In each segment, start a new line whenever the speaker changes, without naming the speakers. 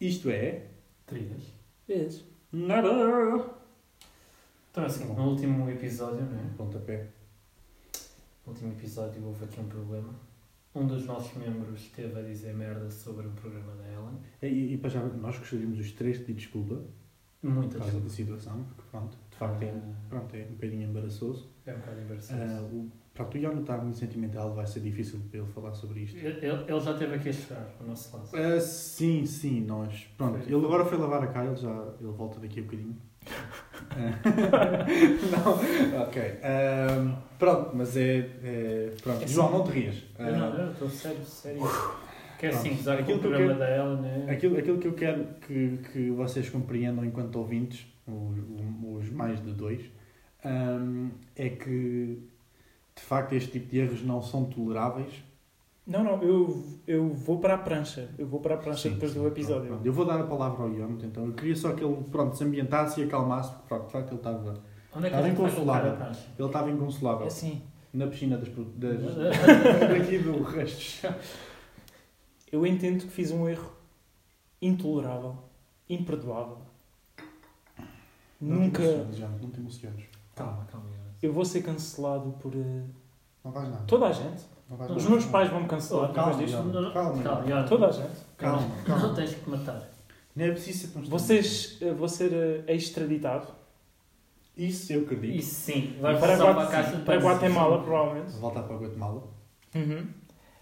Isto é.
Trilhas.
Vezes. Nada!
Então é assim, no último episódio, não é?
Pontapé.
No último episódio houve aqui um problema. Um dos nossos membros esteve a dizer merda sobre o programa da Ellen.
E, É, e, e para já, nós gostaríamos os três de pedir desculpa por
Muitas
causa da situação, porque pronto, Ah, de facto é,
Ah,
pronto, é um bocadinho embaraçoso.
É um bocado engraçado.
Ah, o, pronto, e ao notar muito um sentimental vai ser difícil para ele falar sobre isto.
ele, ele- ele já esteve aqui a chorar, ao nosso lado.
Ah, sim, sim, nós. Pronto,
Foi.
ele agora foi lavar a cara, ele já ele volta daqui a bocadinho. Ah, não, ok. Ah, pronto, mas é. é- pronto,
É
João,
assim.
não te rias. Ah,
Eu não, eu estou sério, sério. Que é
Pronto.
assim, usar aqui
Aquilo
o
que eu
programa da Ellen, né?
Aquilo, aquilo que eu quero que, que vocês compreendam enquanto ouvintes, os, os mais de dois, hum, é que de facto este tipo de erros não são toleráveis.
Não, não, eu, eu vou para a prancha. Eu vou para a prancha
Sim,
depois
sim,
do episódio.
pronto, pronto. Eu vou dar a palavra ao Yomit, então. Eu queria só que ele pronto, se ambientasse e acalmasse, porque pronto, de facto ele estava,
Onde é que
Estás
a gente vai colocar
inconsolável.
a prancha?
ele estava
É
inconsolável.
Assim,
Na piscina das, pro- das, daqui do resto de chão.
eu entendo que fiz um erro intolerável, imperdoável.
Não te
Nunca.
emociones, Jean, Não te emociones.
Calma, calma. Yara.
Eu vou ser cancelado por eh,
Não vais nada.
toda a gente.
Não vais
Os
nada.
meus pais vão me cancelar. é
Calma,
calma,
isto não-
calma,
calma, Yara.
Toda a gente.
Calma,
Não,
calma.
Não tens que matar.
Não é preciso ser tão estranho.
Vocês, eh, vou ser eh, extraditado
Isso eu acredito.
Isso sim, vai
para,
passar
Guate-
para a caixa de
para
pães.
Guatemala, provavelmente.
Voltar para Guatemala.
Uhum.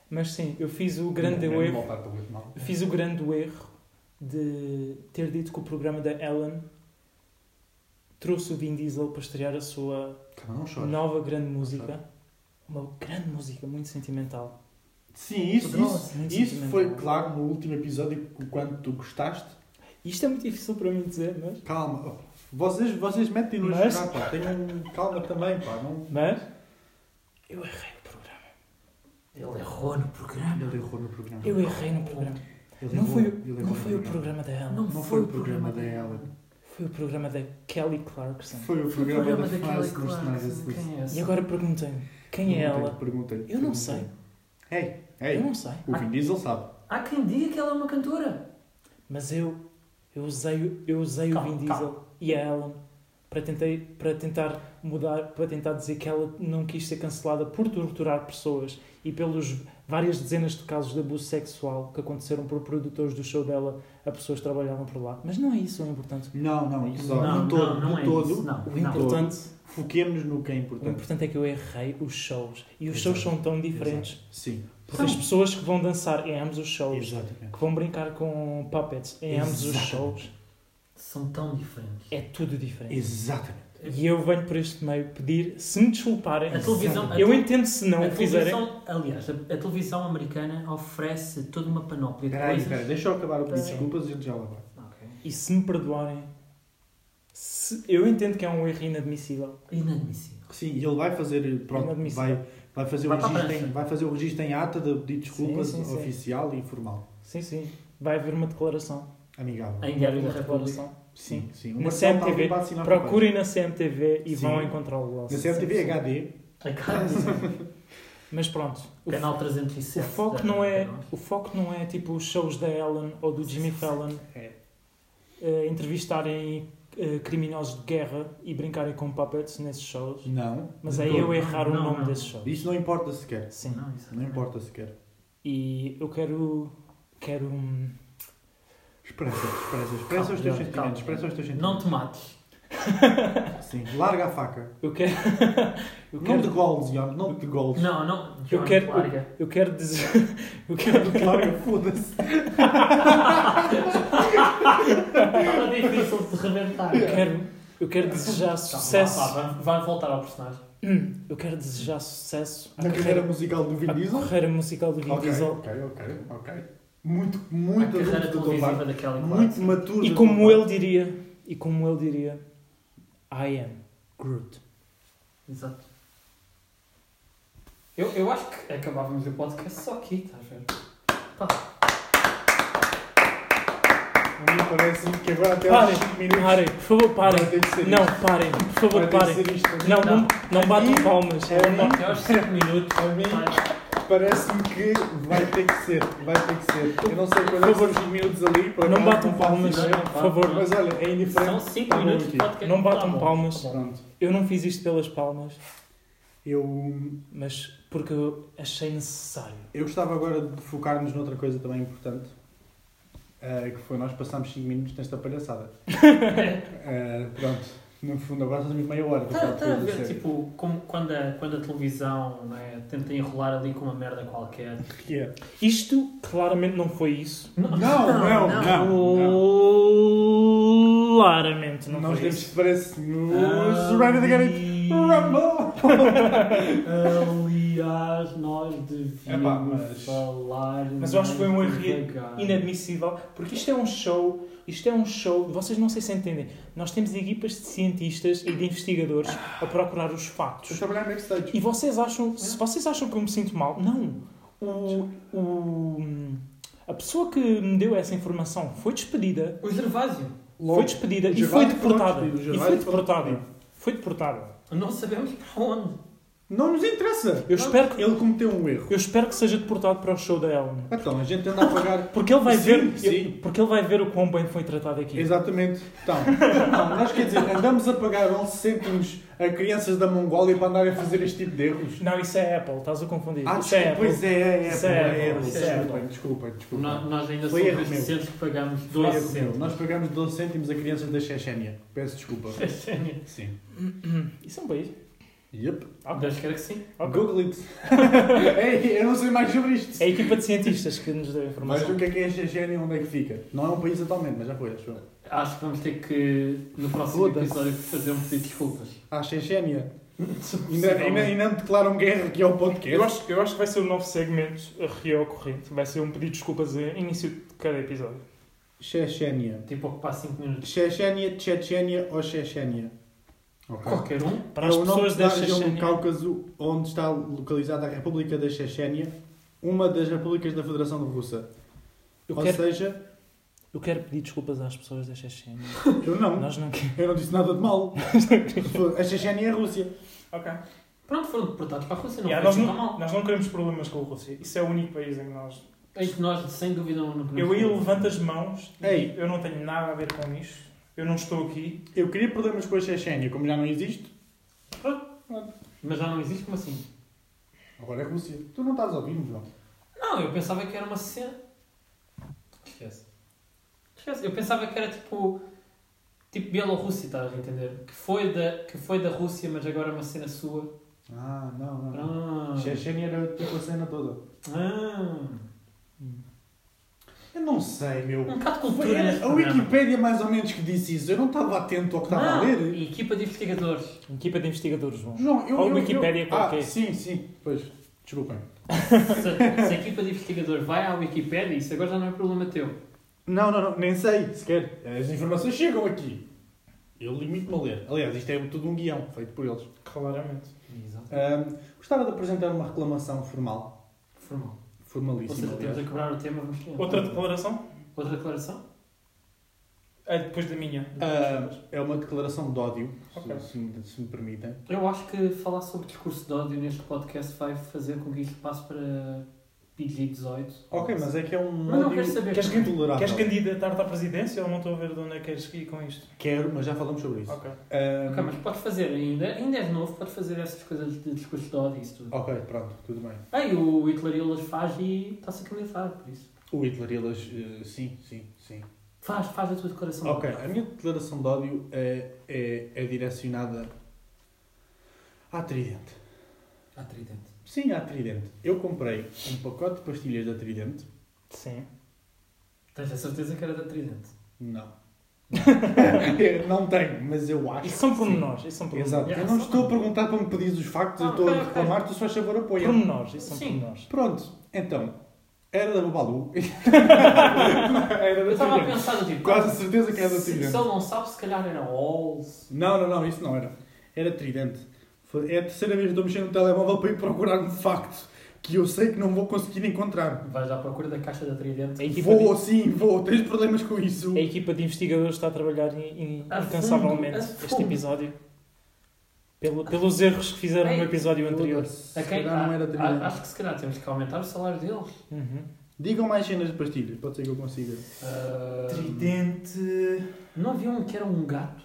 Mas sim, eu fiz o grande
Não, é não
erro.
voltar para Guatemala.
Fiz o grande erro de ter dito que o programa da Ellen trouxe o Vin Diesel para estrear a sua
Cara, não chores.
nova grande música. Uma grande música, muito sentimental.
Sim, isso,
Poderoso,
isso,
muito
isso foi
sentimental.
claro no último episódio, o quanto tu gostaste.
Isto é muito difícil para mim dizer, mas.
Calma, oh, vocês, vocês metem-nos a
Mas-
chorar, pá. Tenham calma também, pá. Não...
Mas. Eu errei no programa.
Ele errou no programa.
Ele errou no programa.
Eu errei no programa.
Ele
Não
errou-
foi,
ele
o-
errou
não
no
foi o programa da Ellen.
Não foi o programa da Ellen.
Foi o programa da Kelly Clarkson.
Foi o
Foi o
programa da
programa
Faz
daquele
dos Sinais
Clarkson.
da
Quem é
E
esse?
agora perguntem-me quem é ela.
Perguntei.
Eu não sei.
Ei,
Eu
ei.
não sei.
O Vin Diesel sabe.
Há quem diga que ela é uma cantora.
Mas eu, eu usei, eu usei o
Calma,
Vin
calma.
Diesel e a Ellen para, tentei, para tentar mudar, para tentar dizer que ela não quis ser cancelada por torturar pessoas e pelos várias dezenas de casos de abuso sexual que aconteceram por produtores do show dela a pessoas que trabalhavam por lá. Mas não é isso o importante.
Não, não, isso só.
Não,
no todo,
não, não
no
é
todo.
isso, não.
O importante,
Foquemos no que é
o
importante.
importante é que eu errei os shows. E os
Exato.
shows são tão diferentes.
Sim.
Porque as pessoas que vão dançar em ambos os shows,
Exatamente.
que vão brincar com puppets em ambos os
Exatamente.
shows,
São tão diferentes.
é tudo diferente.
Exatamente.
E eu venho por este meio pedir, se me desculparem,
A televisão, a
eu
te-
entendo se não
a
o fizerem.
televisão- Aliás, a, a televisão americana oferece toda uma panóplia de
Espera aí,
coisas.
espera, deixa eu acabar o pedido de
Sim.
desculpas e a gente já lá vai.
Ok.
E se me perdoarem, se- eu entendo que é um erro inadmissível.
É Inadmissível.
Sim, e ele vai fazer, eh, pronto,
Inadmissível.
vai, vai, fazer
Vai
o
para a
registro em,
prancha.
vai fazer o registro em ata de pedido de desculpas
Sim, sim, sim.
oficial e formal.
Sim, sim. Vai haver uma declaração.
Amigável.
Em Diário da
Uma
República.
declaração.
Sim, sim.
Na
O Marcelo está
CMTV,
ali para assinar
Procurem na CMTV e
Sim.
vão encontrá-lo lá.
papéis. Na CMTV HD.
A casa.
Mas pronto, o,
Canal
o
307.
foco
da-
não é,
da nossa.
o foco não é tipo os shows da Ellen ou do Jimmy Fallon
É.
eh, entrevistarem eh, criminosos de guerra e brincarem com puppets nesses shows.
Não.
Mas
de
aí
todo.
eu errar o
Não,
nome
não.
desse show.
Isso não importa sequer.
Sim.
Não, isso é
Não importa sequer.
E eu quero. Quero. hum,
Expressa, expressa, expressa os teus
Calma,
sentimentos,
calma.
expressa os teus
Não
sentimentos.
te mates.
Sim, larga a faca.
Eu quero.
Não
eu,
de
quero
goles, Ian, não de goles.
Não, não.
Eu quero-
Larga.
eu quero dizer. eu quero.
Larga, foda-se.
Estava difícil de reventar.
Eu quero, eu quero desejar sucesso.
Tá, vai, vai voltar ao personagem.
Eu quero desejar sucesso à
Na carreira
carreira,
musical do Vin
à
Diesel.
carreira musical do Vin
Ok,
Diesel.
ok, ok, ok. Muito,
A
muito
carreira
adulto da tua
televisiva
parte.
da Kelly
Muito
Clarkson.
maturo.
E
da
como
tua
ele
parte.
diria. E como ele diria. I am Groot.
Exato. Eu, eu acho que acabávamos o podcast só aqui, estás a ver?
A mim parece que agora até aos
Parem,
5 minutos.
parem, por favor, parem.
Vai ter que ser
Não,
isto.
parem, por favor,
Vai ter que
parem.
ser isto.
Não, não, não batam
mim-
palmas.
é a mim-
Até aos 5 minutos. Tá,
A mim,
vai.
Parece-me que vai ter que ser. Vai ter que ser. Eu não sei quando é que são os miúdos ali. por
Não
acaso,
batam
faço
palmas,
ideia.
por favor.
Mas olha, é
São
indiferente.
5
Tá bom
minutos de
aqui.
podcast.
Não
Tá
batam
bom.
palmas.
Pronto.
Eu não fiz isto pelas palmas,
Eu
mas porque eu achei necessário.
Eu gostava agora de focar-nos noutra coisa também importante, eh, que foi nós passámos 5 minutos nesta palhaçada. Eh, pronto, no fundo agora estamos meia hora para
Está
falar
tá a
de
ver,
coisas sérias.
tipo, como quando, a, quando a televisão não é, tenta enrolar ali com uma merda qualquer.
Que é?
Isto claramente não foi isso.
Não, não, não.
Claramente não
Nós
foi
temos
isso.
diferença nos
Ah,
Ready to Get It
e-
Rumble!
Aliás, nós devíamos
Epá, mas-
falar.
Mas eu acho que foi um
mais
erro
devagar.
Inadmissível, porque isto é um show, isto é um show, vocês não sei se entendem. Nós temos equipas de cientistas e de investigadores a procurar os
Estou a
fatos.
trabalhar neste stage.
E vocês acham, se vocês acham que eu me sinto mal, não. O, o, a pessoa que me deu essa informação foi despedida
O Gervásio.
Foi despedida e
Gervásio
foi
foi
deportada.
despedido,
E foi
Gervásio foi
deportada.
despedido.
Foi deportada.
Não sabemos para onde.
Não nos interessa!
Eu espero, que,
Ele cometeu um erro.
eu espero que seja deportado para o show da Ellen.
Então, a gente anda a pagar.
Porque ele vai
Sim,
ver,
sim.
porque ele vai ver o quão bem foi tratado aqui.
Exatamente. Então, não, nós quer dizer, andamos a pagar 11 cêntimos a crianças da Mongólia para andarem a fazer este tipo de erros.
Não, isso é Apple, estás a confundir.
Ah,
isso é
desculpa,
Apple.
pois é, é, é,
Isso é
é, é,
Apple, isso é
desculpem, desculpem, desculpem.
Nós, nós ainda
Foi
somos
erro meu.
recentes que pagámos
Foi
12
erro meu.
centos.
Nós pagamos 12 cêntimos a crianças da Chechênia. Peço desculpa. Sim.
Isso é um país.
Yep.
Ok.
Deus queira que sim.
ok.
Google it. Ei, eu não sei mais sobre isto.
É a equipa de cientistas que nos deu a
Mas o
informação.
que é que é a Chechênia e onde é que fica? Não é um país atualmente, mas já foi, acho eu.
Acho que vamos ter que, no próximo
Foda-se.
episódio, fazer um pedido de desculpas.
Ah, Chechênia. Ainda, ainda, ainda me declaram guerra aqui ao podcast.
acho, eu acho que vai ser o novo segmento reocorrente. Vai ser um pedido de desculpas a início de cada episódio.
Chechênia.
Tipo, ocupar 5 minutos.
Chechênia, Chechênia ou Chechênia? Ok.
Qualquer um.
Para as
é o nome
pessoas
da
da
região do
Chechênia.
Cáucaso, onde está localizada a República da Chechênia, uma das repúblicas da Federação Russa.
Eu
Ou
quero,
seja,
eu quero pedir desculpas às pessoas da Chechênia.
eu não.
Nós não queremos.
Eu não disse nada de mal. a Chechênia é a Rússia.
Ok.
Pronto, foram deportados para a Rússia. Não
Yeah,
foi
nós,
assim tão
não,
mal.
nós não queremos problemas com a Rússia. Isso é o único país em que nós.
Em É que nós, sem dúvida, não não
Eu aí
podemos-
levanto as mãos. e
Ei.
Eu não tenho nada a ver com isto. Eu não estou aqui.
Eu queria problemas com a Chechênia, como já não existe,
Mas já não existe como assim?
agora é Rússia. Tu não estás ouvindo, João.
Não, eu pensava que era uma cena. Esquece. Esquece. Eu pensava que era tipo. Tipo Bielorrússia, estás a entender? Que foi, da, que foi da Rússia, mas agora é uma cena sua.
Ah, não, não.
Ah.
Chechênia era tipo a cena toda.
Ah.
Eu não sei, meu.
Um bocado de
Foi-
cultura. neste
era a
programa.
Wikipédia mais ou menos que disse isso. Eu não estava atento ao que estava a
Não,
ler.
e equipa de investigadores.
Equipa de investigadores, João.
João, eu.
Ou
eu-
Wikipédia
eu...
qualquer.
Ah, sim, sim. Pois, desculpem.
se, se a equipa de investigadores vai à Wikipédia, isso agora já não é problema teu.
Não, não, não, nem sei sequer. As informações chegam aqui. Eu limito-me a ler. Aliás, isto é tudo um guião feito por eles.
Claramente.
Exato.
Ahm, gostava de apresentar uma reclamação formal.
Formal. Ou
Formalíssima.
seja, estamos a
aliás.
quebrar o tema, vamos ter.
Outra declaração?
Outra declaração?
É depois da minha.
Ahm, é uma declaração de ódio, se-
Ok.
se, me- se me permitem.
Eu acho que falar sobre discurso de ódio neste podcast vai fazer com que isto passe para PG18.
Ok, mas é que é um
Mas não
ódio
quero saber.
Queres que-
intolerável.
Queres candidatar-te à presidência ou não estou a ver de onde é que queres ir com isto?
Quero, mas já falamos sobre isso.
Ok.
Ahm,
Ok, mas pode fazer ainda. Ainda és novo, pode fazer essas coisas de discurso de ódio e isso tudo.
ok, pronto, tudo bem.
Ei, o Hitler Illas faz e está-se a candidatar, por isso.
O Hitler, eles... eh, sim, sim, sim.
Faz, faz a tua declaração.
Ok, a minha declaração de ódio é, é, é direcionada à Tridente.
Ah, tridente.
Sim, à Tridente. Eu comprei um pacote de pastilhas da Tridente.
Sim.
Tens a certeza que era da tridente.
Não. não tenho, mas eu acho.
Isso são
que
pormenores. Isso são
um.
sim. Exato.
pormenores.
Eu não estou a perguntar para me pedir os factos, eu estou a
Ah, Ok, um. ok.
reclamar, tu só faz favor apoia.
Pormenores. Isso são
Sim.
pormenores.
Pronto, então. Era da Babalu.
Eu
era da
estava a
Tridente.
pensar, tipo,
Quase certeza que era da
se, se ele
Tridente.
não sabe, se calhar era Alls.
Não, não, não, isso não era. Era Tridente. Foi- É a terceira vez que estou mexendo no telemóvel para ir procurar um facto que eu sei que não vou conseguir encontrar.
Vais à procura da caixa da tridente.
A equipa,
Vou,
de,
sim, vou. Tens problemas com isso.
É
a equipa de investigadores está a trabalhar in- in-
A fundo,
incansavelmente
a
este
fundo.
episódio. Pelo- pelos erros que fizeram no
Ei,
episódio anterior.
Se
A quem-
calhar não
a-
era
a-
trilhante.
Acho que se calhar temos que aumentar o salário deles.
Uhum.
Digam mais cenas de pastilhas, pode ser que eu consiga.
Ah,
Tridente.
Não havia um que era um gato.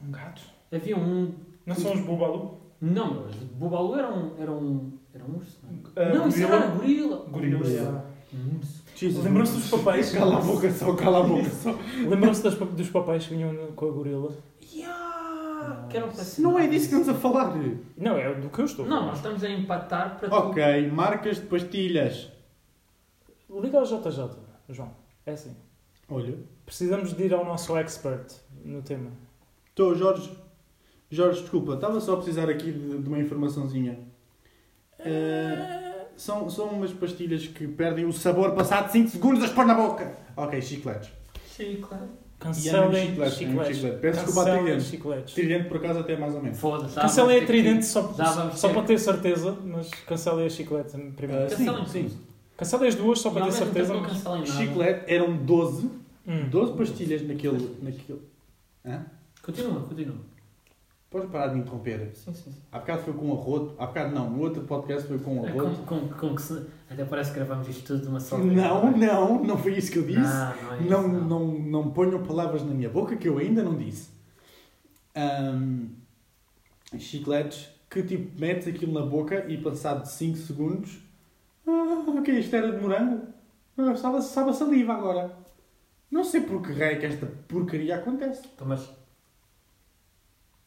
Um gato?
Havia um.
Não são os Bubalu?
Não, mas Bubalu era um. Era um. Era um urso, não
Ah,
é? não, isso
gorila?
era gorila.
Gorilas.
Gorila.
Um urso.
Jesus.
Lembram-se dos papéis?
Cala a boca só, cala a boca só.
Lembram-se das pa- dos papéis que vinham no- com a gorila?
Yeah! Que era um
Se não é disso que estamos a falar.
Não, é do que eu estou. a
Não,
falar.
nós estamos a empatar para tudo.
Ok, marcas de pastilhas.
Liga ao JJ, João. É assim.
Olha,
Precisamos de ir ao nosso expert no tema.
estou, Jorge. Jorge, desculpa, estava só a precisar aqui de, de uma informaçãozinha. Eh, são, são umas pastilhas que perdem o sabor passado 5 segundos das pôr na boca. Ok, chicletes.
Chiclete.
E é
Cancelem
mesmo chiclete, é mesmo
chicletes.
chiclete. Peço desculpa à
Cancelem
tridente.
chicletes.
Tridente, por acaso, até mais ou menos.
Foda-se. já
é
vamos
Cancelem
ter
a
que-
tridente só,
Já vamos
só
ter
para
que-
ter certeza, mas cancelem a chiclete primeiro.
Ah,
Cancelem
sim,
tudo.
sim.
Cancelem as duas só
E
para
ao
ter
mesmo
certeza.
tempo Não
Mas...
cancelem nada.
Chiclete eram 12.
Hum.
12 pastilhas naquele. naquele. Hã?
Continua, continua.
Podes parar de me interromper.
Sim, sim, sim.
Há bocado foi com um arroto. Há bocado não, no outro podcast foi com um
É
arroto.
com, com, com que se... Até parece que gravamos isto tudo de uma só vez.
Não, não, não foi isso que eu disse.
Não, não é isso,
Não, não, não ponham palavras na minha boca que eu ainda não disse. Ahm, chicletes que tipo metes aquilo na boca e passado 5 segundos. Ah, ok, isto era de morango. Ah, sabe, a- sabe a saliva agora. Não sei por que raio é que esta porcaria acontece.
Então, mas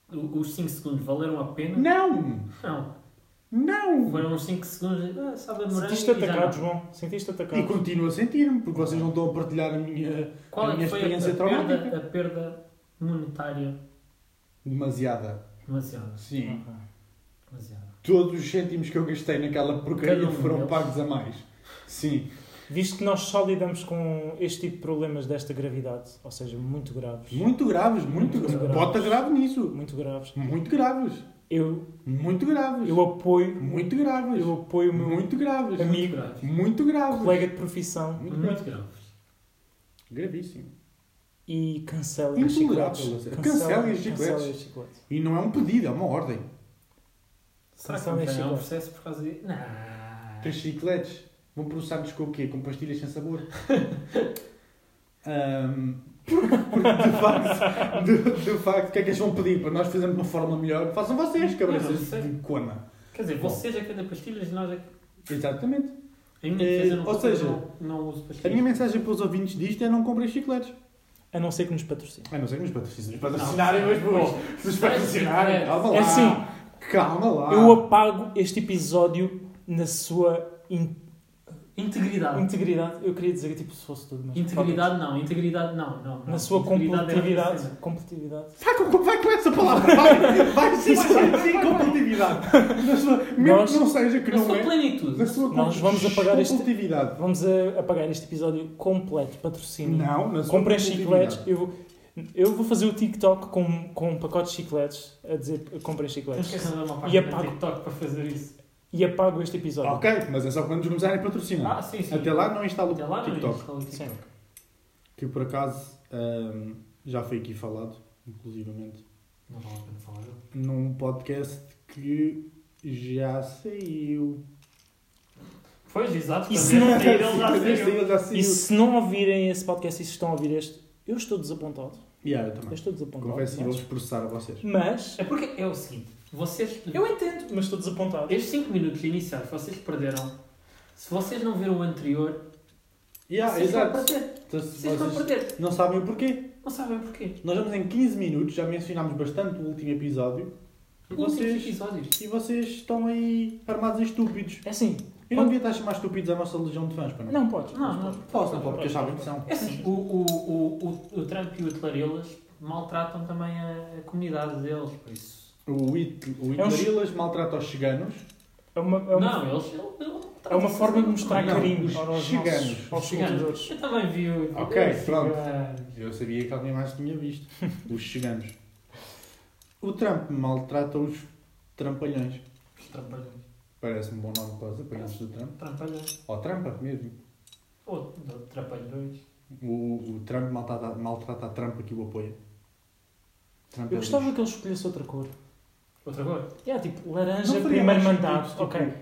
o- os 5 segundos valeram a pena?
Não!
Não.
Não!
Foram uns 5 segundos. Ah, sabe a morango.
Sentiste
e já
atacado,
não.
João? Sentiste atacado?
E continuo a sentir-me, porque vocês não estão a partilhar a minha
Qual
a
é que
minha
foi a,
experiência
a,
traumática.
perda, a perda monetária?
demasiada.
Demasiado.
Sim.
Ok.
Demasiado.
Todos os cêntimos que eu gastei naquela porcaria
Cada um
foram
deles.
pagos a mais. Sim.
Visto que nós só lidamos com este tipo de problemas desta gravidade, ou seja, muito graves.
Muito graves, muito,
Muito
graves.
graves.
Bota grave nisso.
Muito graves.
Muito graves.
Eu,
Muito graves.
eu apoio,
Muito graves.
eu apoio o meu
Muito graves.
amigo,
Muito grave.
Muito graves.
colega de profissão
Muito
Muito
graves.
grave.
Gravíssimo.
e cancelem os
Intolerável,
chicletes.
a sério. Cancelem os chicletes.
cancelem os chicletes.
E não é um pedido, é uma ordem.
Será que
São
não
estes
tem um
iguais.
processo por causa disso? Não.
Três chicletes. Vão processar-nos com o quê? Com pastilhas sem sabor. Ahm, porque, porque de facto, de, de facto, o que é que eles vão pedir? Para nós fazermos de uma forma melhor, façam vocês,
Eu
cabeças
não sei.
de cona.
Quer dizer,
Bom.
vocês é que vendem pastilhas e nós é que.
Exatamente.
A minha
Eh,
defesa não,
ou seja,
não, não uso pastilhas.
A minha mensagem para os ouvintes disto é não comprem chicletes.
A não ser que nos patrocinem.
A não ser que nos patrocinem. Nos
patrocinarem, mas boas.
Se nos
patrocinarem,
calma
lá. É
assim. Calma lá.
Eu apago este episódio na sua in-
Integridade.
integridade. Eu queria dizer tipo se fosse tudo, mas
Integridade não, integridade não, não. não.
Na sua
Integridade é outra
competitividade.
cena.
Competitividade.
Vai com, vai com essa palavra. Vai, vai sim,
Vai,
sim,
vai,
sim, competitividade. Na sua- Mesmo
Nós-
que não seja que
Na
não
sua
é.
plenitude.
Na sua
Nós
com-
vamos apagar este-
competitividade.
Vamos a- apagar este episódio completo. Patrocínio.
Não, na sua
Comprem
competitividade.
chicletes. Eu, eu vou fazer o TikTok com, com um pacote de chicletes a dizer comprem
Temos que
chicletes.
arranjar uma
E é
página
apago.
no TikTok para fazer isso.
E apago este episódio.
Ok, mas é só quando nos começarem a patrocinar.
Ah, sim, sim.
Até lá não instalo
Até lá
o
não é
TikTok.
instalo o
Sim.
TikTok.
Que por acaso ahm, já foi aqui falado, inclusivamente.
Não vale a pena falar dele.
num podcast que já saiu.
Pois, exato.
E
quando
se não-
este sair, ele já
Quando
saiu.
este saiu, já saiu.
E se não ouvirem esse podcast e se estão a ouvir este, eu estou desapontado.
Yeah, eu
Eu
também.
estou desapontado. é?
Confesso que
mas-
vou expressar a vocês.
mas
É porque é o seguinte, vocês...
eu entendo, mas estou desapontado.
Estes 5 minutos iniciais vocês perderam. Se vocês não viram o anterior,
Yeah,
vocês vão
exato.
perder.
Então, se
Vocês vão
vocês
perder.
não sabem o porquê.
Não sabem porquê.
Nós vamos em 15 minutos, já mencionámos bastante o último episódio. E
Vocês...
vocês,
Um episódios.
e vocês estão aí armados em estúpidos.
É assim,
Eu não
Pode-
devia estar a chamar estúpidos a nossa legião de fãs, para não.
não podes.
Não, não.
Posso, não pode, porque sabem que são.
É assim, o, o, o, o, o Trump e o Tlarelas maltratam também a, a comunidade deles, por isso.
O It, o It
É um-
Gorilas maltrata os chiganos.
É uma, é uma,
não, eles. eles- eles
é uma forma de mostrar
Não,
carinho
os
aos nossos
chiganos.
aos
Chiganos.
seguidores.
Eu também vi o.
Ok,
esse,
pronto.
ah,
Eu sabia que alguém mais tinha visto. Os chiganos. O Trump maltrata os trampalhões.
Os trampalhões.
Parece-me um bom nome para os apanhantes do Trump.
Trampalhões.
Ou trampa mesmo.
Ou do- trapalhões.
O, o Trump maltrata, maltrata a trampa que o apoia. Trump é
Eu gostava
lixo.
que ele escolhesse outra cor.
Outra cor.
Yeah, tipo, laranja,
Não faria
primeiro
mais sentido,
mandato.
tipo-
Ok.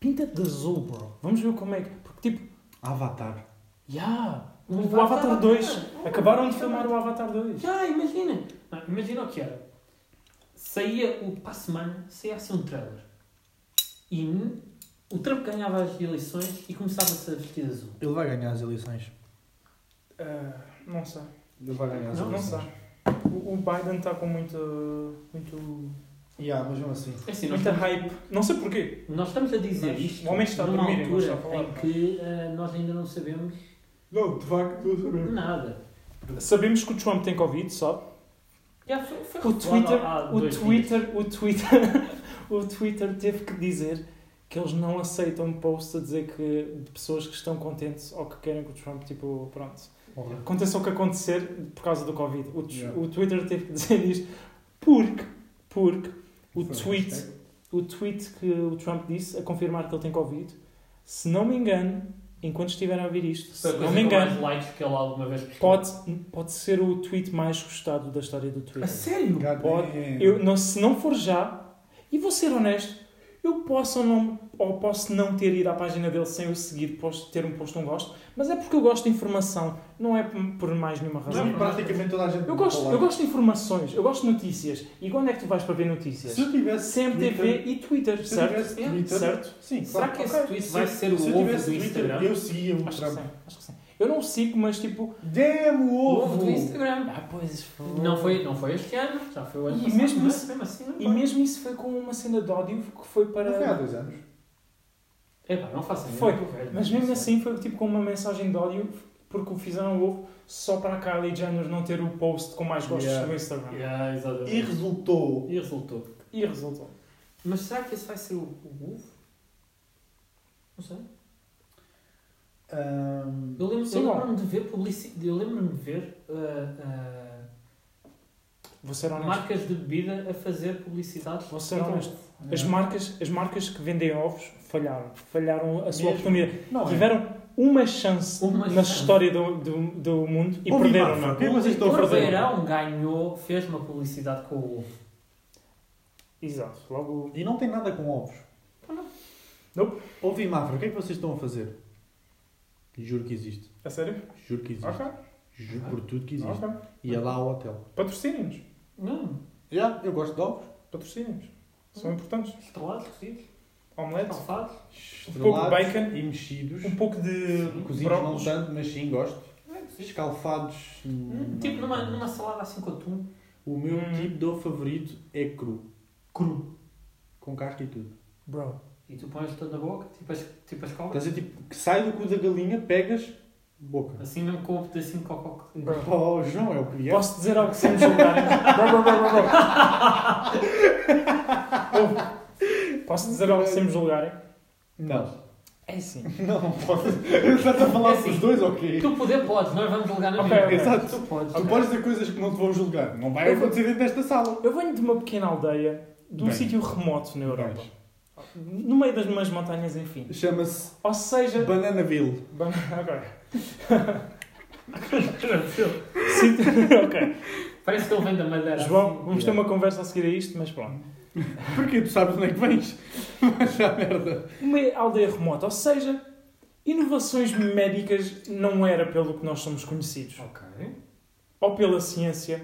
Pinta-te de azul, bro. Vamos ver como é que. Porque, tipo,
Avatar.
yeah, o,
Mas
o
vai-
Avatar
vai-
2.
vai-
Acabaram de
vai-
filmar o Avatar 2.
Já, imagina. Não, imagina o que era. Saía o, para a semana, saía assim um trailer. E n- o Trump ganhava as eleições e começava-se a vestir de azul.
Ele vai ganhar as eleições.
Ah, não sei.
Ele vai ganhar as
Não, não sei.
eleições.
O, o Biden está com muito. muito.
Yeah, mas mesmo assim.
É assim, nós,
muita hype. Não sei porquê.
nós estamos a dizer
Mas
isto
o homem está a
numa
dormir,
altura
nós já falamos,
em
não é?
que ah, nós ainda não sabemos
Não, de facto, eu sou mesmo.
nada.
Sabemos que o Trump tem Covid, sabe?
Já foi, foi
O Twitter,
revelado há- há
o
dois
Twitter, o Twitter, o Twitter teve que dizer que eles não aceitam posts a dizer que de pessoas que estão contentes ou que querem que o Trump, tipo, pronto,
Porra.
aconteça o que acontecer por causa do Covid. O, tw-
Yeah.
o Twitter teve que dizer isto porque, porque
Foi
o
um
tweet,
hashtag.
o tweet que o Trump disse a confirmar que ele tem Covid, se não me engano, enquanto estiver a ouvir isto,
Foi
se
a
não
coisa
me
com mais
engano,
likes que ele alguma vez postou.
pode, pode ser o tweet mais gostado da história do Twitter.
A sério?
God
Pode-
damn.
Eu, não, se não for já, e vou ser honesto, eu posso ou não, ou posso não ter ido à página dele sem o seguir, posso ter um posto um gosto, mas é porque eu gosto de informação, não é por- por mais nenhuma razão.
Não, é praticamente toda a gente.
Eu gosto,
fala.
eu gosto de informações, eu gosto de notícias. E quando é que tu vais para ver notícias?
Se eu tivesse.
Sempre TV
Twitter-
e Twitter,
Se eu
certo?
tivesse
É,
Twitter.
Certo?
Sim,
Será
claro.
que esse
Ok.
tweet
Se-
vai ser o
se eu
ovo
tivesse
do
Twitter,
Instagram?
Eu um seguia o
Acho que sim,
Trump.
acho que sim. Eu não sigo, mas tipo.
Damn o
O
ovo!
ovo do Instagram.
Ah, pois foi.
Não foi, não foi este ano, já foi o ano
E
passado,
mesmo
mas
isso-
mesmo assim não
E
vai.
mesmo isso foi com uma cena de ódio que foi
Não foi há
para.
dois anos.
Epá, não faço a mínima
Foi,
ideia, velho.
Mas mesmo assim foi tipo com uma mensagem de ódio porque o fizeram o ovo só para a Kylie Jenner não ter o post com mais gostos
Yeah.
no Instagram.
Yeah, exatamente.
E resultou.
E resultou.
E resultou.
Mas será que esse vai ser o, o ovo? Não sei.
Ahm,
Eu lembro-
Sim,
eu
bom.
lembro-me de ver publicidade. Eu lembro-me de ver ah,
Vou ser
ah,
honesto.
marcas de bebida a fazer publicidade.
Vou ser
com ovo.
honesto. As marcas, as marcas que vendem ovos falharam. Falharam a sua
Mesmo?
oportunidade.
Não, é.
Tiveram uma chance
Uma
na
chance.
história do, do, do mundo e
Ô,
perderam.
Mimafra, O que é que vocês estão a
Heitor
fazer?
Beirão ganhou, fez uma publicidade com o ovo.
Exato. Logo.
E não tem nada com ovos.
Ah, não.
Nope. Ouvi Mafra, o que é que vocês estão a fazer? Juro que existe.
A sério?
Juro que existe.
Ok.
Juro por tudo que existe.
Ok.
E é lá ao hotel.
Patrocínios.
Não,
Já, eu gosto de ovos.
Patrocínios. São importantes.
estrelado, cozido,
Omelete.
alfado.
Estrelados
bacon.
e mexidos.
Um pouco de
Cozidos não
brócolis.
tanto, mas sim, gosto.
É, cozido.
Escalfados. hum,
Tipo
não.
numa, numa salada assim com atum.
O meu
Hum.
tipo de ovo favorito é cru.
Cru.
Com casca e tudo.
Bro.
E tu pões tudo na boca, tipo as, tipo
Estás
as cobras.
a dizer, tipo, que sai do cu da galinha, pegas, boca.
Assim mesmo com o pedacinho de cocó. que-
Bro.
Oh, João, é o que é.
Posso dizer algo sem me julgarem? Bro, bro, bro, bro, bro. Ouve. Posso dizer algo sem me julgarem?
Não.
É sim.
Não, posso. Estás a falar
É assim.
dos dois ou quê?
Tu poder podes, nós vamos julgar na
Ok,
mesma.
ok.
Exato.
Tu podes.
Tu podes dizer coisas que não te vão julgar. Não vai
Eu vou-
acontecer dentro desta sala.
Eu venho de uma pequena aldeia, de um
Bem.
sítio remoto na Europa. No meio das minhas montanhas, enfim.
Chama-se
Ou seja...
Bananaville.
Ban- Ok. Sítio- ok.
Parece que ele vem da madeira.
João,
assim.
vamos ter uma conversa a seguir a isto, mas pronto.
Porque tu sabes onde é que vens. Mas já merda.
Uma aldeia remota, ou seja... Inovações médicas não era pelo que nós somos conhecidos.
Ok.
Ou pela ciência,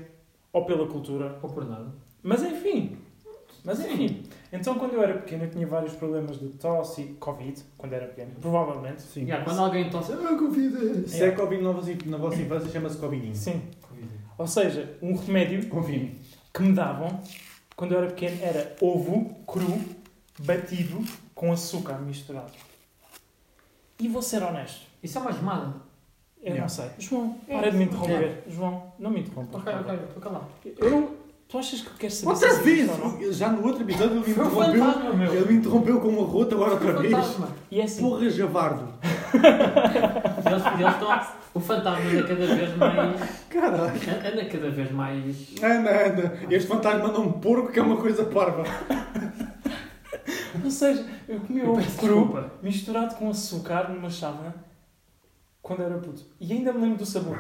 ou pela cultura,
Ou por nada.
Mas enfim. Mas enfim. Então quando eu era pequeno eu tinha vários problemas de tosse e Covid, quando era pequeno, provavelmente.
Sim.
Yeah, quando alguém tosse.
Ah, Covid. Se é Covid na vossa, na vossa infância, chama-se Covidinho.
Sim.
Covid.
Ou seja, um remédio
Confirme.
que me davam quando eu era pequeno era ovo cru batido com açúcar misturado. E vou ser honesto.
Isso é uma gemada.
Eu
Yeah.
não sei. João,
É,
para de me
sim.
interromper. João, não me interrompa.
Ok, ok, estou calado.
Eu não... Tu achas que queres saber
Outra
se
vez!
existe ou não?
Já no outro episódio ele me
assim, Foi um
interrompeu.
fantasma, meu.
Ele me interrompeu com uma rota agora
Foi um
outra vez.
fantasma.
E é assim.
Porra, Javardo.
Eles, eles estão. O fantasma anda cada vez mais.
Caralho.
Anda cada vez mais.
Anda, anda. Este fantasma é um porco que é uma coisa parva.
Ou seja, eu comi
Eu
ovo
peço
cru
desculpa.
misturado com açúcar numa chávena quando era puto. E ainda me lembro do sabor,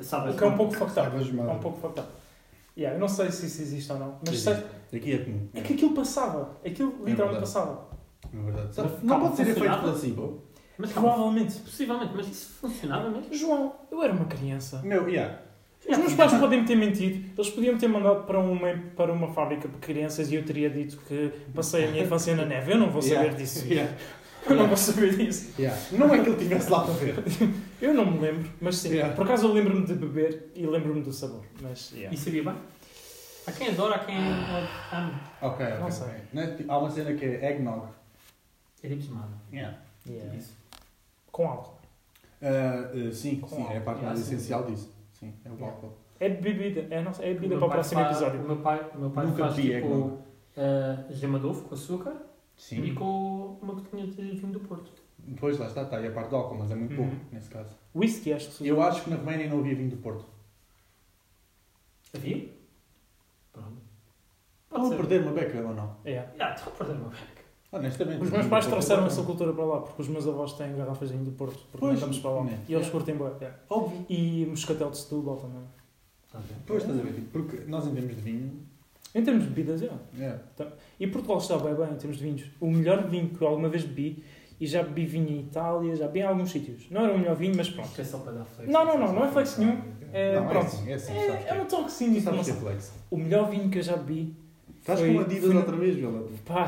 Sabe?
Ah,
assim?
o que é um pouco fucked up.
Sabes mal.
É um pouco fucked up. Yeah, eu não sei se isso existe ou não, mas sei,
Existe. Aqui é comum.
é que aquilo passava. Aquilo
verdade.
literalmente passava.
É verdade.
Sabe,
não
calma,
pode ser efeito
funcionava?
placebo?
Mas
Provavelmente.
possivelmente, mas isso funcionava mesmo?
João, eu era uma criança.
Não, yeah.
Os meus pais podem me ter mentido. Eles podiam me ter mandado para uma, para uma fábrica de crianças e eu teria dito que passei a minha infância na neve. Eu não vou saber
Yeah.
disso.
Yeah.
Eu não vou saber disso.
Yeah. Não é que ele estivesse lá para ver.
Eu não me lembro, mas sim.
Yeah.
Por acaso eu lembro-me de beber e lembro-me do sabor. Mas, yeah.
E sabia bem? Há quem adora, há quem ama.
Ok, ok.
Não sei.
ok. Não é tipo- Há uma cena que é eggnog.
É tipo de mano.
Yeah.
Yeah.
Isso.
Com álcool.
Ah, ah, sim,
Com
sim, é a parte
álcool.
mais
Yeah, sim.
essencial disso. Sim, é o
Yeah.
álcool.
É bebida. É, não sei, é
O
bebida
meu
para o
pai
próximo
faz-
episódio.
O meu pai, o meu pai
Nunca
faz
vi é
tipo
eggnog.
uh, gema de ovo com açúcar e
Sim.
com uma gotinha de vinho do Porto.
Depois lá está, está. E a parte do álcool, mas é muito
Uhum.
pouco nesse caso.
Whisky, acho que se
Eu acho que na Roménia não havia vinho do Porto.
Havia? Pronto. Pode
Estão a
ser.
perder uma beca ou não?
É.
Ah, estou a perder uma beca.
Honestamente. vinho
Os meus
do
pais
Porto é
trouxeram
bacana.
essa cultura para lá, porque os meus avós têm garrafas de vinho do Porto, porque
Pois,
nós estamos para lá.
né.
E eles
Yeah.
curtem bem. yeah.
Óbvio.
E moscatel de Setúbal também.
Pois, estás a ver? tipo, Porque nós entendemos de vinho. é,
Em termos de bebidas, yeah.
Yeah.
E Portugal está bem bem em termos de vinhos. O melhor vinho que eu alguma vez bebi, e já bebi vinho em Itália, já bebi em alguns sítios. Não era o melhor vinho, mas pronto.
Isto é só para dar flex.
Não, não, não, não é flex nenhum. É,
não, é
pronto.
assim, é assim. sabes
É,
que
é um toquezinho de
Tu sabes que é
informação.
flex.
O melhor vinho que eu já bebi.
Estás
foi-
com Adidas
foi-
outra vez, Violeta?
Pá,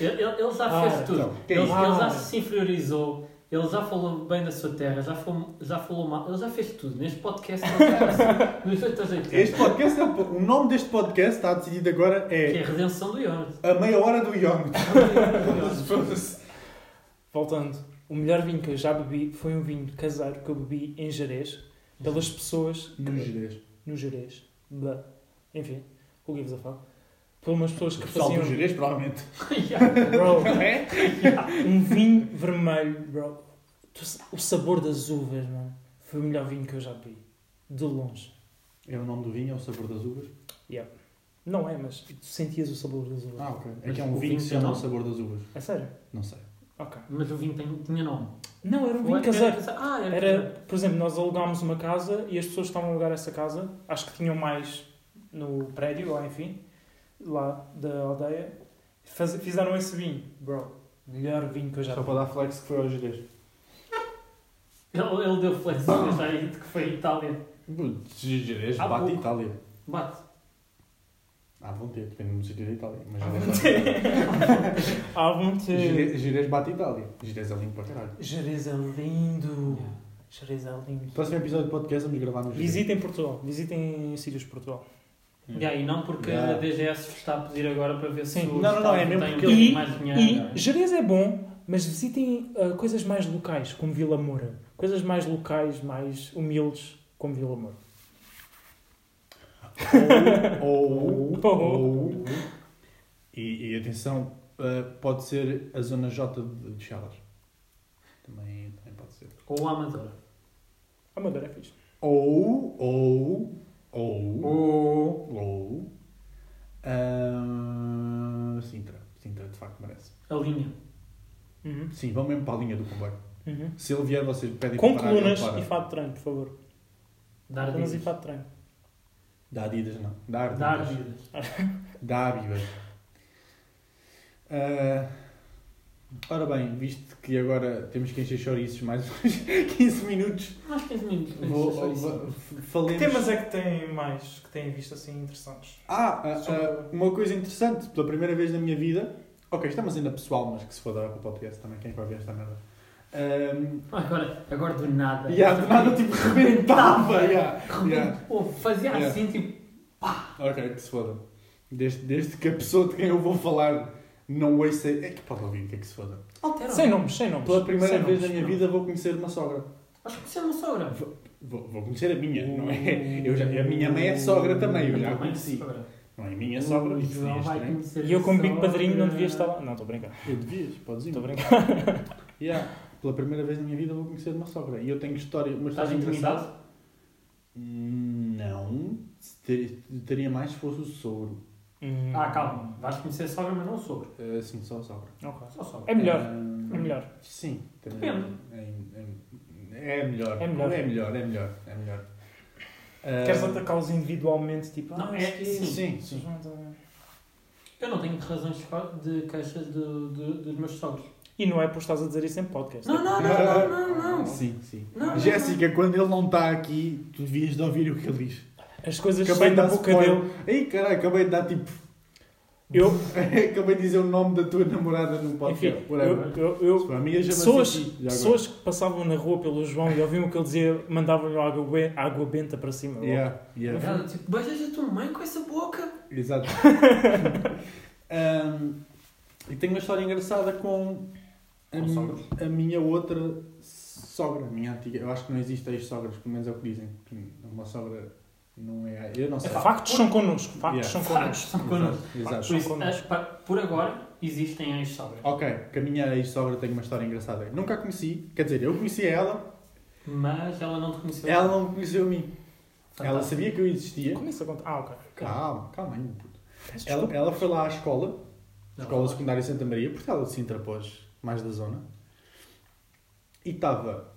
Ele, ele- ele já
Ah,
fez tudo.
Então, que é
ele,
isso?
ele
Ah.
já se inferiorizou. Ele já falou bem da sua terra, já falou, já falou mal, ele já fez tudo. Neste podcast, ele já fez- nos oito aos 80,
Este podcast é o, o nome deste podcast está decidido agora
que é
é
a redenção do É Yonit.
a meia hora do Young.
voltando. O melhor vinho que eu já bebi foi um vinho caseiro que eu bebi em Jerez, pelas pessoas
No Jerez.
no Jerez. Blá. Enfim, who gives a fuck? Por umas pessoas que um-
Pessoal
faziam.
do Jerez, provavelmente.
Bro, um vinho vermelho, bro. Tu sa- O sabor das uvas, mano. Foi o melhor vinho que eu já bebi. De longe.
É o nome do vinho, é o sabor das uvas.
Não é, mas tu sentias o sabor das uvas.
Ah, ok. É
Mas
que é um
o
vinho
vinho
que se
tem
chama o
nome?
sabor das uvas.
É sério?
Não sei.
Ok.
Mas o vinho tem- tinha nome.
Não, era um
Ou
vinho
era-
caseiro.
Ah, era, caseiro.
Era, por exemplo, nós alugámos uma casa e as pessoas que estavam a alugar essa casa, acho que tinham mais no prédio, lá enfim, lá da aldeia, faz- fizeram esse vinho. Bro, melhor vinho que eu já
Só
bebi.
para dar flex que foi ao Jerez.
Ele, ele deu flex, mas já aí de que foi a Itália.
Jerez,
Há
bate
pouco.
Itália.
Bate.
Ah, vão ter, depende do sítio da Itália. Mas
Ah,
Jerez
vão
bate
ter.
Itália.
Há um te...
Jerez- Jerez bate Itália. Jerez é limpo para caralho.
Jerez é lindo. Jerez é lindo.
Próximo episódio do podcast vamos gravar no Jerez.
Visitem Portugal. Visitem sítios de Portugal.
Yeah, e não porque
Yeah.
a DGS está a pedir agora para ver se
Sim.
o
Não, não, não, é
Estado
mesmo
tem
porque
um
ele-
bocadinho mais dinheiro.
E Jerez é bom, mas visitem ah, coisas mais locais, como Vila Moura. Coisas mais locais, mais humildes, como Vila Moura.
ou, ou,
Ou.
ou- E, e atenção, uh, pode ser a zona J de, de Chelas. Também, também pode ser.
Ou a Amadora.
Amador é fixe.
Ou, ou, ou,
Ou...
ou, ah, Sintra. Sintra, de facto, merece.
A linha.
Uhum.
Sim, vão mesmo para a linha do comboio.
Uhum.
Se ele vier, vocês pedem
Com
para parar, ele
colunas
para.
e fato de treino, por favor.
Dar
Colunas e
Adidas.
fato de treino.
Dá Adidas, não. Dá Adidas.
Dar Adidas.
da Abiba. Ah, ora bem, visto que agora temos que encher chouriços mais uns 15 minutos,
Mais 15 minutos.
vou,
Só isso.
vou- f- falemos...
é que têm mais, que têm visto assim interessantes?
Ah, ah, ah, uma coisa interessante, pela primeira vez na minha vida... Ok, estamos ainda pessoal, mas que se for dar para o podcast também, quem é que vai ver esta merda? Um,
Agora, agora do nada.
yeah, de nada, tipo, rebentava! yeah,
Rebento.
yeah.
Pô, fazia
Yeah.
assim, tipo...
Ok, que se foda. Desde, desde que a pessoa de quem eu vou falar não ouça... É que pode ouvir, que é que se foda. é
Altera.
Sem nomes, sem nomes.
Pela primeira
Sem
vez na
nomes.
minha vida vou conhecer uma sogra.
Acho que você é uma sogra.
Vou, vou conhecer a minha, não
Uh.
é? Eu já, a minha mãe é sogra também, eu já a
Também
conheci.
sogra.
Não é minha sogra, né?
O
isso seria
João vai
estranho.
conhecer
E eu como Big
sogra.
Padrinho não devia estar lá. Não, estou a brincar.
Eu devias, podes ir.
Estou a brincar.
Yeah. Pela primeira vez na minha vida vou conhecer uma sogra. E eu tenho história, uma
Estás
história engraçada.
interessado?
Hum, Não. Ter- Teria mais se fosse o sogro.
Hum.
Ah, calma. Vais conhecer sogra, mas não sogra.
Ah, sim, só a sogra.
Ok.
Só sogra.
É melhor.
Ah,
É melhor.
Sim. também-
Depende.
É, é- é melhor.
É melhor.
É melhor, é melhor. É melhor. Ah,
Queres atacá-los individualmente, tipo,
Não,
ah,
é-
isto
sim.
Sim, sim.
isto-
Eu não tenho razões de co- de queixas do, do- dos meus sogros.
E não é por estás a dizer isso em podcast.
Não, não, não, não, não, não.
Sim, sim.
Não, não,
Jéssica, quando ele não está aqui, tu devias de ouvir o que ele diz.
As coisas
Acabei
saem
de
da
dar
boca
spoiler.
dele.
Ei, caralho, acabei de dar tipo.
Eu,
acabei de dizer o nome da tua namorada no
enfim,
podcast. whatever.
eu, eu, eu-
Para mim, eu já
Pessoas-
me
pessoas que passavam na rua pelo João e ouviam o que ele dizia, mandavam-lhe água, be- água benta para cima.
Yeah, yeah.
Uhum.
Nada, tipo, beijas a tua mãe com essa boca.
Exato. Ahm, e tenho uma história engraçada com a,
Com
mi-
sogros?
a minha outra sogra, a minha antiga. Eu acho que não existe ex-sogras, pelo menos é o que dizem. que Uma sogra não é. Eu não sei.
Factos são connosco, factos
Yeah.
são
Factos
connosco.
são connosco.
é?
Exato.
Por, isso,
connosco.
as- pa- por agora, existem as sogras.
Ok, que a minha ex-sogra tem uma história engraçada. Nunca a conheci, quer dizer, eu conhecia ela,
Mas ela não te conheceu.
ela não me conheceu a mim. Ela
Fantástico.
sabia que eu existia.
Começa a contar. Ah, ok.
Calma, calma aí, meu puto.
Peço
Ela,
desculpa.
ela foi lá à escola
Não,
Escola
ela-
Secundária Santa Maria, porque ela de Sintra, pós, mais da zona. E estava.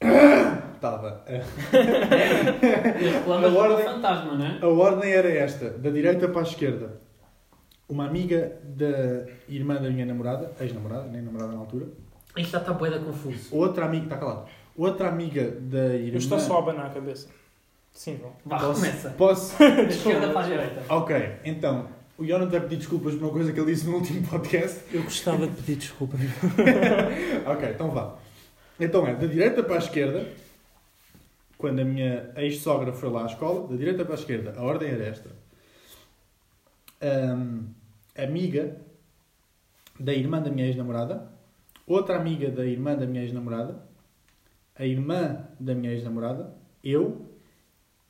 Estava.
E reclamas
Agora-
do fantasma, não é?
A ordem era esta, da direita para a esquerda. Uma amiga da irmã da minha namorada, ex-namorada, nem namorada na altura.
Isto já está boeda confuso.
Outra amiga, está calado. Outra amiga da irmã.
Eu estou só a abanar a cabeça. Sim, João.
Vá,
Posso-
começa.
Posso?
Da esquerda para a direita.
ok, então. O Jonathan vai pedir desculpas por uma coisa que ele disse no último podcast.
Eu gostava de pedir desculpa.
Ok, então vá. Então é, da direita para a esquerda, quando a minha ex-sogra foi lá à escola, da direita para a esquerda, a ordem era esta. Ahm, amiga da irmã da minha ex-namorada, outra amiga da irmã da minha ex-namorada, a irmã da minha ex-namorada, eu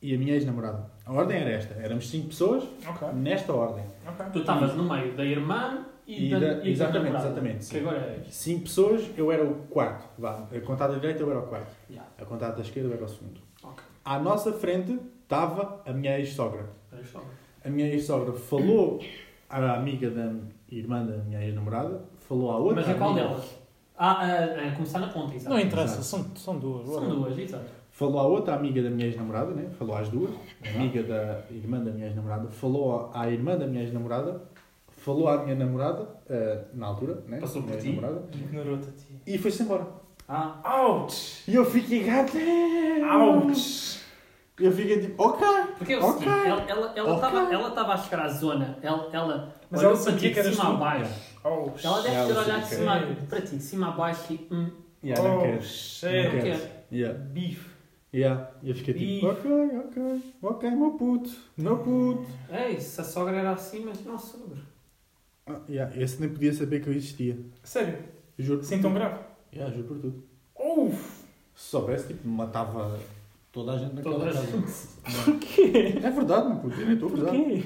e a minha ex-namorada. A ordem era esta, éramos cinco pessoas,
Ok,
nesta ordem.
Tu
ok.
estavas no meio da irmã e,
E
da,
da-
e da
exatamente,
namorada,
exatamente,
Que
sim.
agora é és.
Cinco pessoas, eu era o quarto, vá, a contar da direita eu era o quarto.
Yeah.
A contada da esquerda era o segundo.
Ok.
À nossa frente estava a minha ex-sogra.
Eres só.
A minha ex-sogra falou à amiga da irmã da minha ex-namorada, falou à outra
Mas a qual
amiga,
delas? Ah, a, a começar na ponta, exato.
Não interessa,
Exato.
são, são
então,
duas.
São duas, exato.
falou à outra amiga da minha ex-namorada, né? falou às duas, a
Uhum.
amiga da irmã da minha ex-namorada, falou à irmã da minha ex-namorada, falou à minha namorada, eh, na altura, né?
Passou por
minha
ti.
ex-namorada,
Ignorou-te a ti.
e foi-se embora.
Ah,
Ouch!
E eu fiquei gata!
Ouch!
Eu fiquei tipo, ok!
porque é o
Ok.
seguinte, ela estava ela,
Ok.
tava- ela tava a chegar à zona, ela, ela
Mas
olhou
ela
para
sabia
ti
que
de
eras
cima a
tu.
baixo.
Ouch!
Ela deve
Ela
ter olhado de
sabia
que
cima,
era.
para ti, de cima a baixo e hum,
Yeah, não
Oh,
queres.
shit.
Não
Não
queres. Yeah.
Bife.
Yeah. E eu fiquei
Ih.
tipo, ok, ok, ok, meu puto, meu puto.
ei, se a sogra era assim, mas não a sogra.
Ah, yeah, Esse nem podia saber que eu existia.
Sério?
Juro.
Assim tão grave?
Yeah, juro por tudo.
Uf!
Se soubesse, tipo, matava toda a gente naquela
Toda a
casa.
gente.
Porquê?
É verdade, meu puto, eu nem estou a gozar.
Porquê?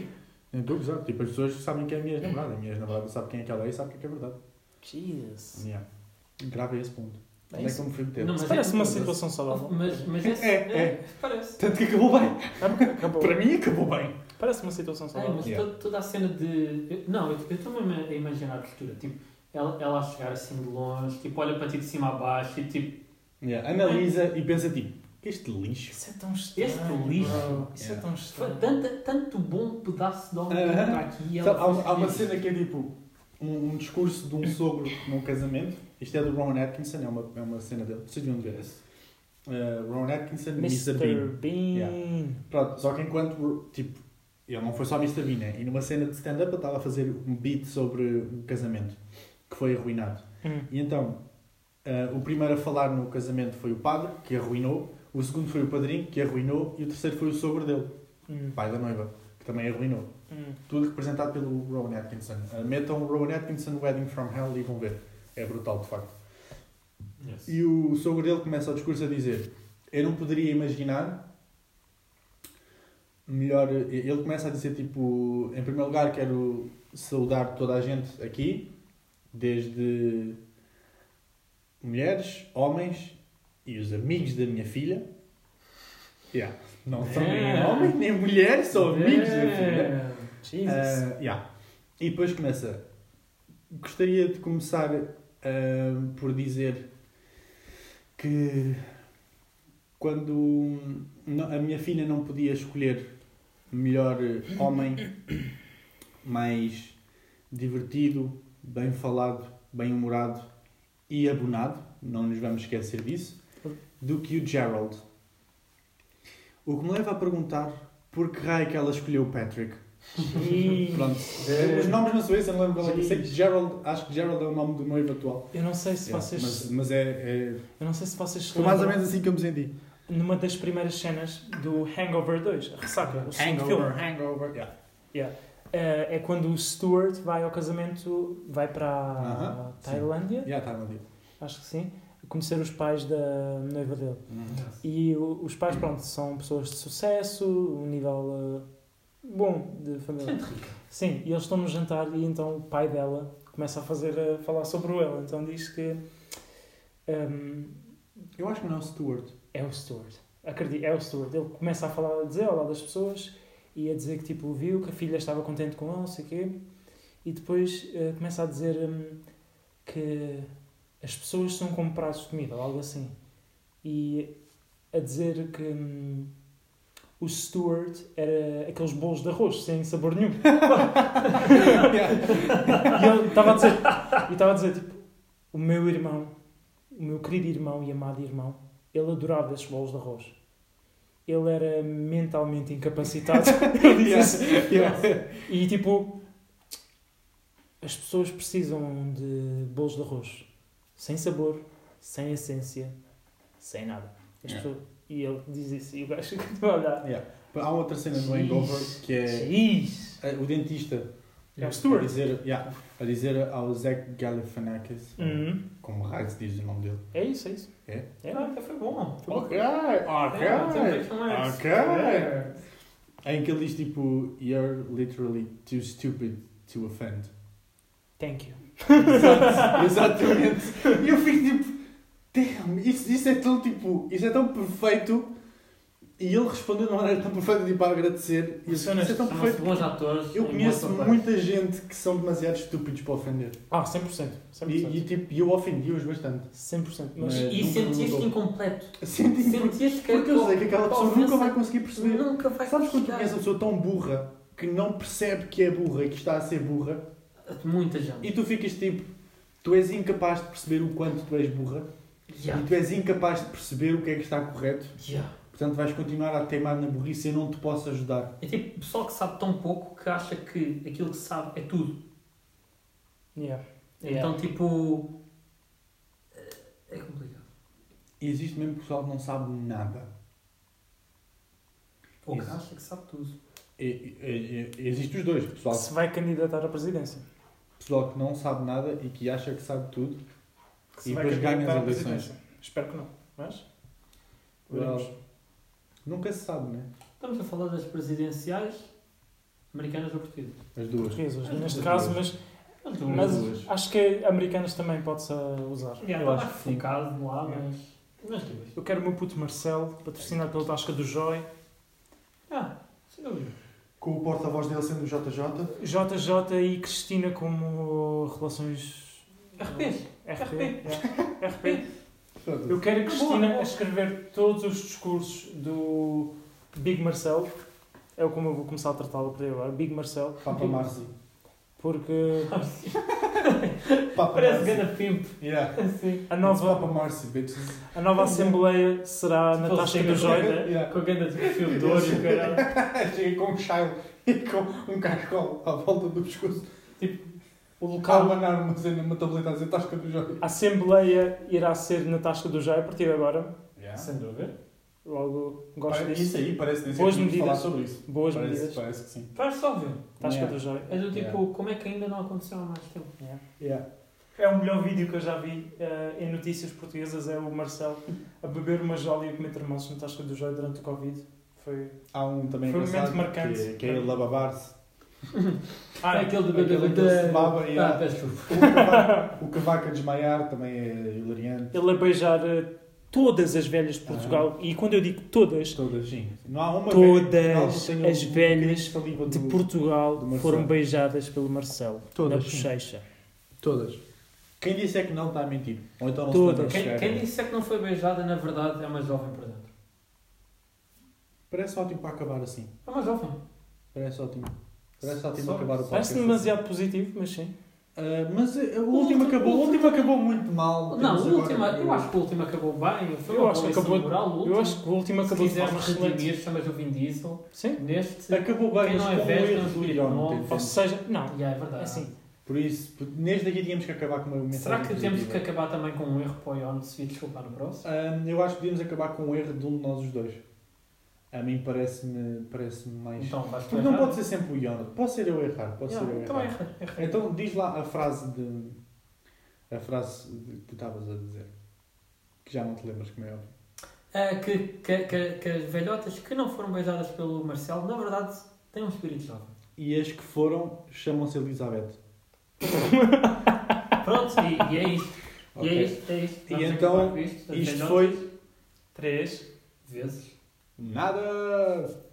Nem estou a gozar. Tipo, as pessoas sabem quem é a minha ex-namorada. A minha ex-namorada sabe quem é que ela é e sabe o que é que é verdade.
Jesus.
Yeah. Grave a esse ponto.
É
Onde é
isso.
que eu me fui meter?
Não, mas-
Isso parece uma
Mas é-
situação saudável.
Oh, Mas, mas esse,
É,
é, parece.
Tanto que acabou bem.
Acabou.
Para mim, acabou bem.
Parece uma situação
Ai,
saudável.
mas
Yeah.
to- toda a cena de. eu- Não, eu eu estou mesmo a imaginar a postura. Tipo, ela, ela a chegar assim de longe, tipo, olha para ti de cima a baixo e tipo,
Yeah. Analisa e pensa, tipo, este lixo.
Isso é tão estranho.
Este lixo.
bro. Isso é
Yeah.
tão
foi
estranho.
tanto, tanto bom pedaço de homem que
Aham.
está aqui. e
Sabe,
Ela
há, uma- há uma
fez
cena que é tipo um, um discurso de um sogro num casamento. Isto é do Rowan Atkinson, é uma, é uma cena dele. Vocês deviam ver esse. Eh, Rowan Atkinson, Mr. Bean.
Mr. Bean.
Pronto, só que enquanto, tipo, ele não foi só Mr. Bean, né? E numa cena de stand-up ele estava a fazer um beat sobre um casamento que foi arruinado.
Hum.
E então, eh, o primeiro a falar no casamento foi o padre, que arruinou. O segundo foi o padrinho, que arruinou. E o terceiro foi o sogro dele,
Hum.
pai da noiva, que também arruinou.
Hum.
Tudo representado pelo Rowan Atkinson. Uh, metam o Rowan Atkinson Wedding from Hell e vão ver. É brutal, de facto.
Yes.
E o sogro dele começa o discurso a dizer: Eu não poderia imaginar. Melhor. Ele começa a dizer: Tipo, em primeiro lugar, quero saudar toda a gente aqui, desde mulheres, homens e os amigos da minha filha. Yeah. Não são nem
É.
homens nem mulheres, são amigos da filha.
É.
Jesus.
Ah, yeah. E depois começa. Gostaria de começar ah, por dizer que quando hum, no- a minha filha não podia escolher melhor eh, homem, mais divertido, bem falado, bem humorado e abonado, não nos vamos esquecer disso, do que o Gerald. O que me leva a perguntar por que raio é que ela escolheu o Patrick. Pronto. É, Os nomes na Suécia, não lembro qual é que eu sei. que Gerald, acho que Gerald é o nome do noivo atual.
Eu não sei se
Yeah,
vocês.
Mas, mas é, é-
Eu não sei se vocês se
Foi mais ou
lembram,
menos assim que eu me senti.
numa das primeiras cenas do Hangover 2, a ressaca, o segundo filme.
hangover. Yeah.
Eh, é quando o Stuart vai ao casamento, vai para a
Aham, sim.
Tailândia,
Yeah, tá, meu Deus.
acho que sim, conhecer os pais da noiva dele. E o- os pais, pronto, são pessoas de sucesso, um nível eh, bom de família.
Gente rica.
Sim, e eles estão no jantar e então o pai dela começa a fazer a falar sobre o ela. Então diz que ehm,
Eu acho que não é o Stuart.
é o Stuart. Acredito, é o Stuart. Ele começa a falar, a dizer ao lado das pessoas e a dizer que tipo viu que a filha estava contente com ele, não sei o quê. E depois eh, começa a dizer hum, que as pessoas são como pratos de comida, ou algo assim. E a dizer que hum, o Stuart era aqueles bolos de arroz sem sabor nenhum. E ele estava a dizer, e estava a dizer tipo, o meu irmão, o meu querido irmão e amado irmão, ele adorava esses bolos de arroz. Ele era mentalmente incapacitado. Ele diz isso. E tipo, as pessoas precisam de bolos de arroz sem sabor, sem essência, sem nada. As
Yeah.
pessoas- E ele diz isso, e o gajo continua a olhar.
Há outra cena
um
no
Jeez.
Hangover que é
Jeez.
é, o dentista
É o
a
Stuart.
dizer, yeah, a dizer ao Zach Galifianakis,
Uhum.
como raio se diz o nome dele.
É isso, é isso.
É?
É.
Ah, até foi bom.
Oh,
Ok, Oh,
É, temos que falar isso. É.
Em que ele diz tipo, you're literally too stupid to offend.
Thank you.
Exato, exatamente. E eu fico tipo, damn, isso, isso é tão tipo, isso é tão perfeito. E ele respondeu de uma maneira tão perfeita, tipo, a agradecer. E eu fico, isso é tão
São
perfeito.
bons atores.
Eu
em
conheço
bons papéis.
muita gente que são demasiado estúpidos para ofender.
Ah, 100%. 100%.
E, e tipo, eu ofendi-os bastante.
100%.
Mas-
Mas
É, E
Nunca
sentiste
mudou.
incompleto. é
Senti-
Sentiste que
Porque eu sei que aquela
a
pessoa
ofensa
nunca vai conseguir perceber.
Nunca vai
Sabes quando tu
chegar.
conheces uma pessoa tão burra que não percebe que é burra e que está a ser burra
É Muita gente.
e tu ficas tipo, tu és incapaz de perceber o quanto tu és burra
Yeah.
e tu és incapaz de perceber o que é que está correto,
Yeah.
portanto vais continuar a teimar na burrice e eu não te posso ajudar.
É tipo pessoal que sabe tão pouco que acha que aquilo que sabe é tudo.
Yeah.
Então, tipo. É é complicado.
E existe mesmo pessoal que não sabe nada.
Ou que
Isso.
acha que sabe tudo.
E, e, e- existe os dois, pessoal,
se vai candidatar à presidência.
pessoal que não sabe nada e que acha que sabe tudo.
Que se
E
vai
depois ganha as
candidatar à
eleições.
presidência. Espero que não. Mas.
Well,
veremos.
nunca se sabe, né?
Estamos a falar das presidenciais americanas ou portuguesas.
As duas.
Portuguesas,
As
neste
duas.
caso, mas,
As duas.
As duas.
mas acho que americanas também pode-se usar.
Yeah,
Eu
eu
acho
acho
que sim.
focado no lado,
Yeah.
mas. Mas duas.
Eu quero o meu puto Marcelo, patrocinado pela Tasca do Joy.
Ah, sem dúvida.
Com o porta-voz dele sendo o JJ.
JJ e Cristina como relações
RPs.
RP.
RP.
yeah. RP.
Pronto.
Eu quero a
Boa,
Cristina
boa.
a escrever todos os discursos do Big Marcelo. É como eu vou começar a tratá-lo por aí agora. Big Marcelo.
Papa Marzi.
Porque
Papa
Parece
Marzi.
ganda pimp.
Yeah.
Assim.
a
It's
nova,
é. Papa Marzi, bitches.
a nova Assembleia será na
Se fosse
Tasca
Sega
do Joy. né?
Yeah.
Com a ganda de perfil de ouro e o caralho.
Chega com um chile e com um cascol à volta do pescoço. Tipo,
O
Cá a
local,
manar uma cena, uma tableta a dizer tasca do jogo.
a Assembleia irá ser na Tasca do Jai a partir de agora.
é
Sem dúvida.
Logo, gosto
Pare-
disso.
Isso aí parece dizer
Boas
que tínhamos de falar
medidas.
sobre isso.
Boas
parece,
medidas.
parece que sim.
Parece óbvio.
Tasca
Yeah.
do Jai.
É do tipo,
Yeah.
como é que ainda não aconteceu há mais tempo?
Yeah.
É o melhor vídeo que eu já vi eh, em notícias portuguesas. É o Marcelo a beber uma jola e a comer termossos na Tasca do Jai durante o Covid. Foi...
Há um também
Foi um
engraçado
momento marcante.
que, que é ele a babar-se.
Ah,
aquele do
aquele
bebê
que se baba, yeah.
Ah, peço desculpa.
O cavaco- O cavaco a desmaiar também é hilariante.
ele a beijar eh, todas as velhas de Portugal. E quando eu digo todas,
Todas, sim. Não há uma
Todas
velha- não, não tenho
as
um
velhas
bocadinho de saliva
de
do-
Portugal
do Marcelo.
foram beijadas pelo Marcelo.
Todas,
Na
sim.
bochecha.
Todas. Quem disse é que não está a mentir? Ou então não
Todas.
se lembra de
Quem,
chegar.
quem disser que não foi beijada, na verdade, é uma é jovem por dentro.
Parece ótimo para acabar assim.
É uma jovem.
Parece ótimo. Parece ótimo
Só-
acabar o podcast.
Parece-me demasiado positivo, mas sim.
Ah, mas eh, o
O
último
último-
acabou, o
o
último acabou muito mal.
Não,
Temos
o
agora-
último, eu acho que o último acabou bem. Foi
Eu
uma
acho que
convenção
acabou-
moral. O último,
Eu acho que o último
se
acabou de forma
quisermos
excelente.
redimir, chamas o Vin Diesel.
Sim.
Neste.
acabou bem,
Quem
mas
não é
com um
velho,
erro do
não é
Irão.
novo.
entende?
Ou seja, não.
Yeah, é verdade.
É assim.
Por isso, por- neste aqui tínhamos que acabar com uma mensagem
Será que temos
positiva.
que acabar também com um erro para o Ion se vir desculpar no próximo?
Ahm, eu acho que podíamos acabar com um erro de um de nós os dois. A mim parece-me parece mais.
Então, vais
Porque não pode ser sempre o Iona. Pode ser eu a errar. Pode ser eu a
Então
errar.
erra. erra.
Então diz lá a frase de. A frase de- que estavas a dizer. Que já não te lembras como é óbvio.
Ah, que, que, que, que as velhotas que não foram beijadas pelo Marcelo, na verdade, têm um espírito jovem.
E as que foram chamam-se Elizabeth.
Pronto, e, e é isto. E é
Ok.
isto, é isto.
E
Vamos
então,
é acabar com isto, As
Isto
velhotas,
foi
Três.
Vezes.
nada.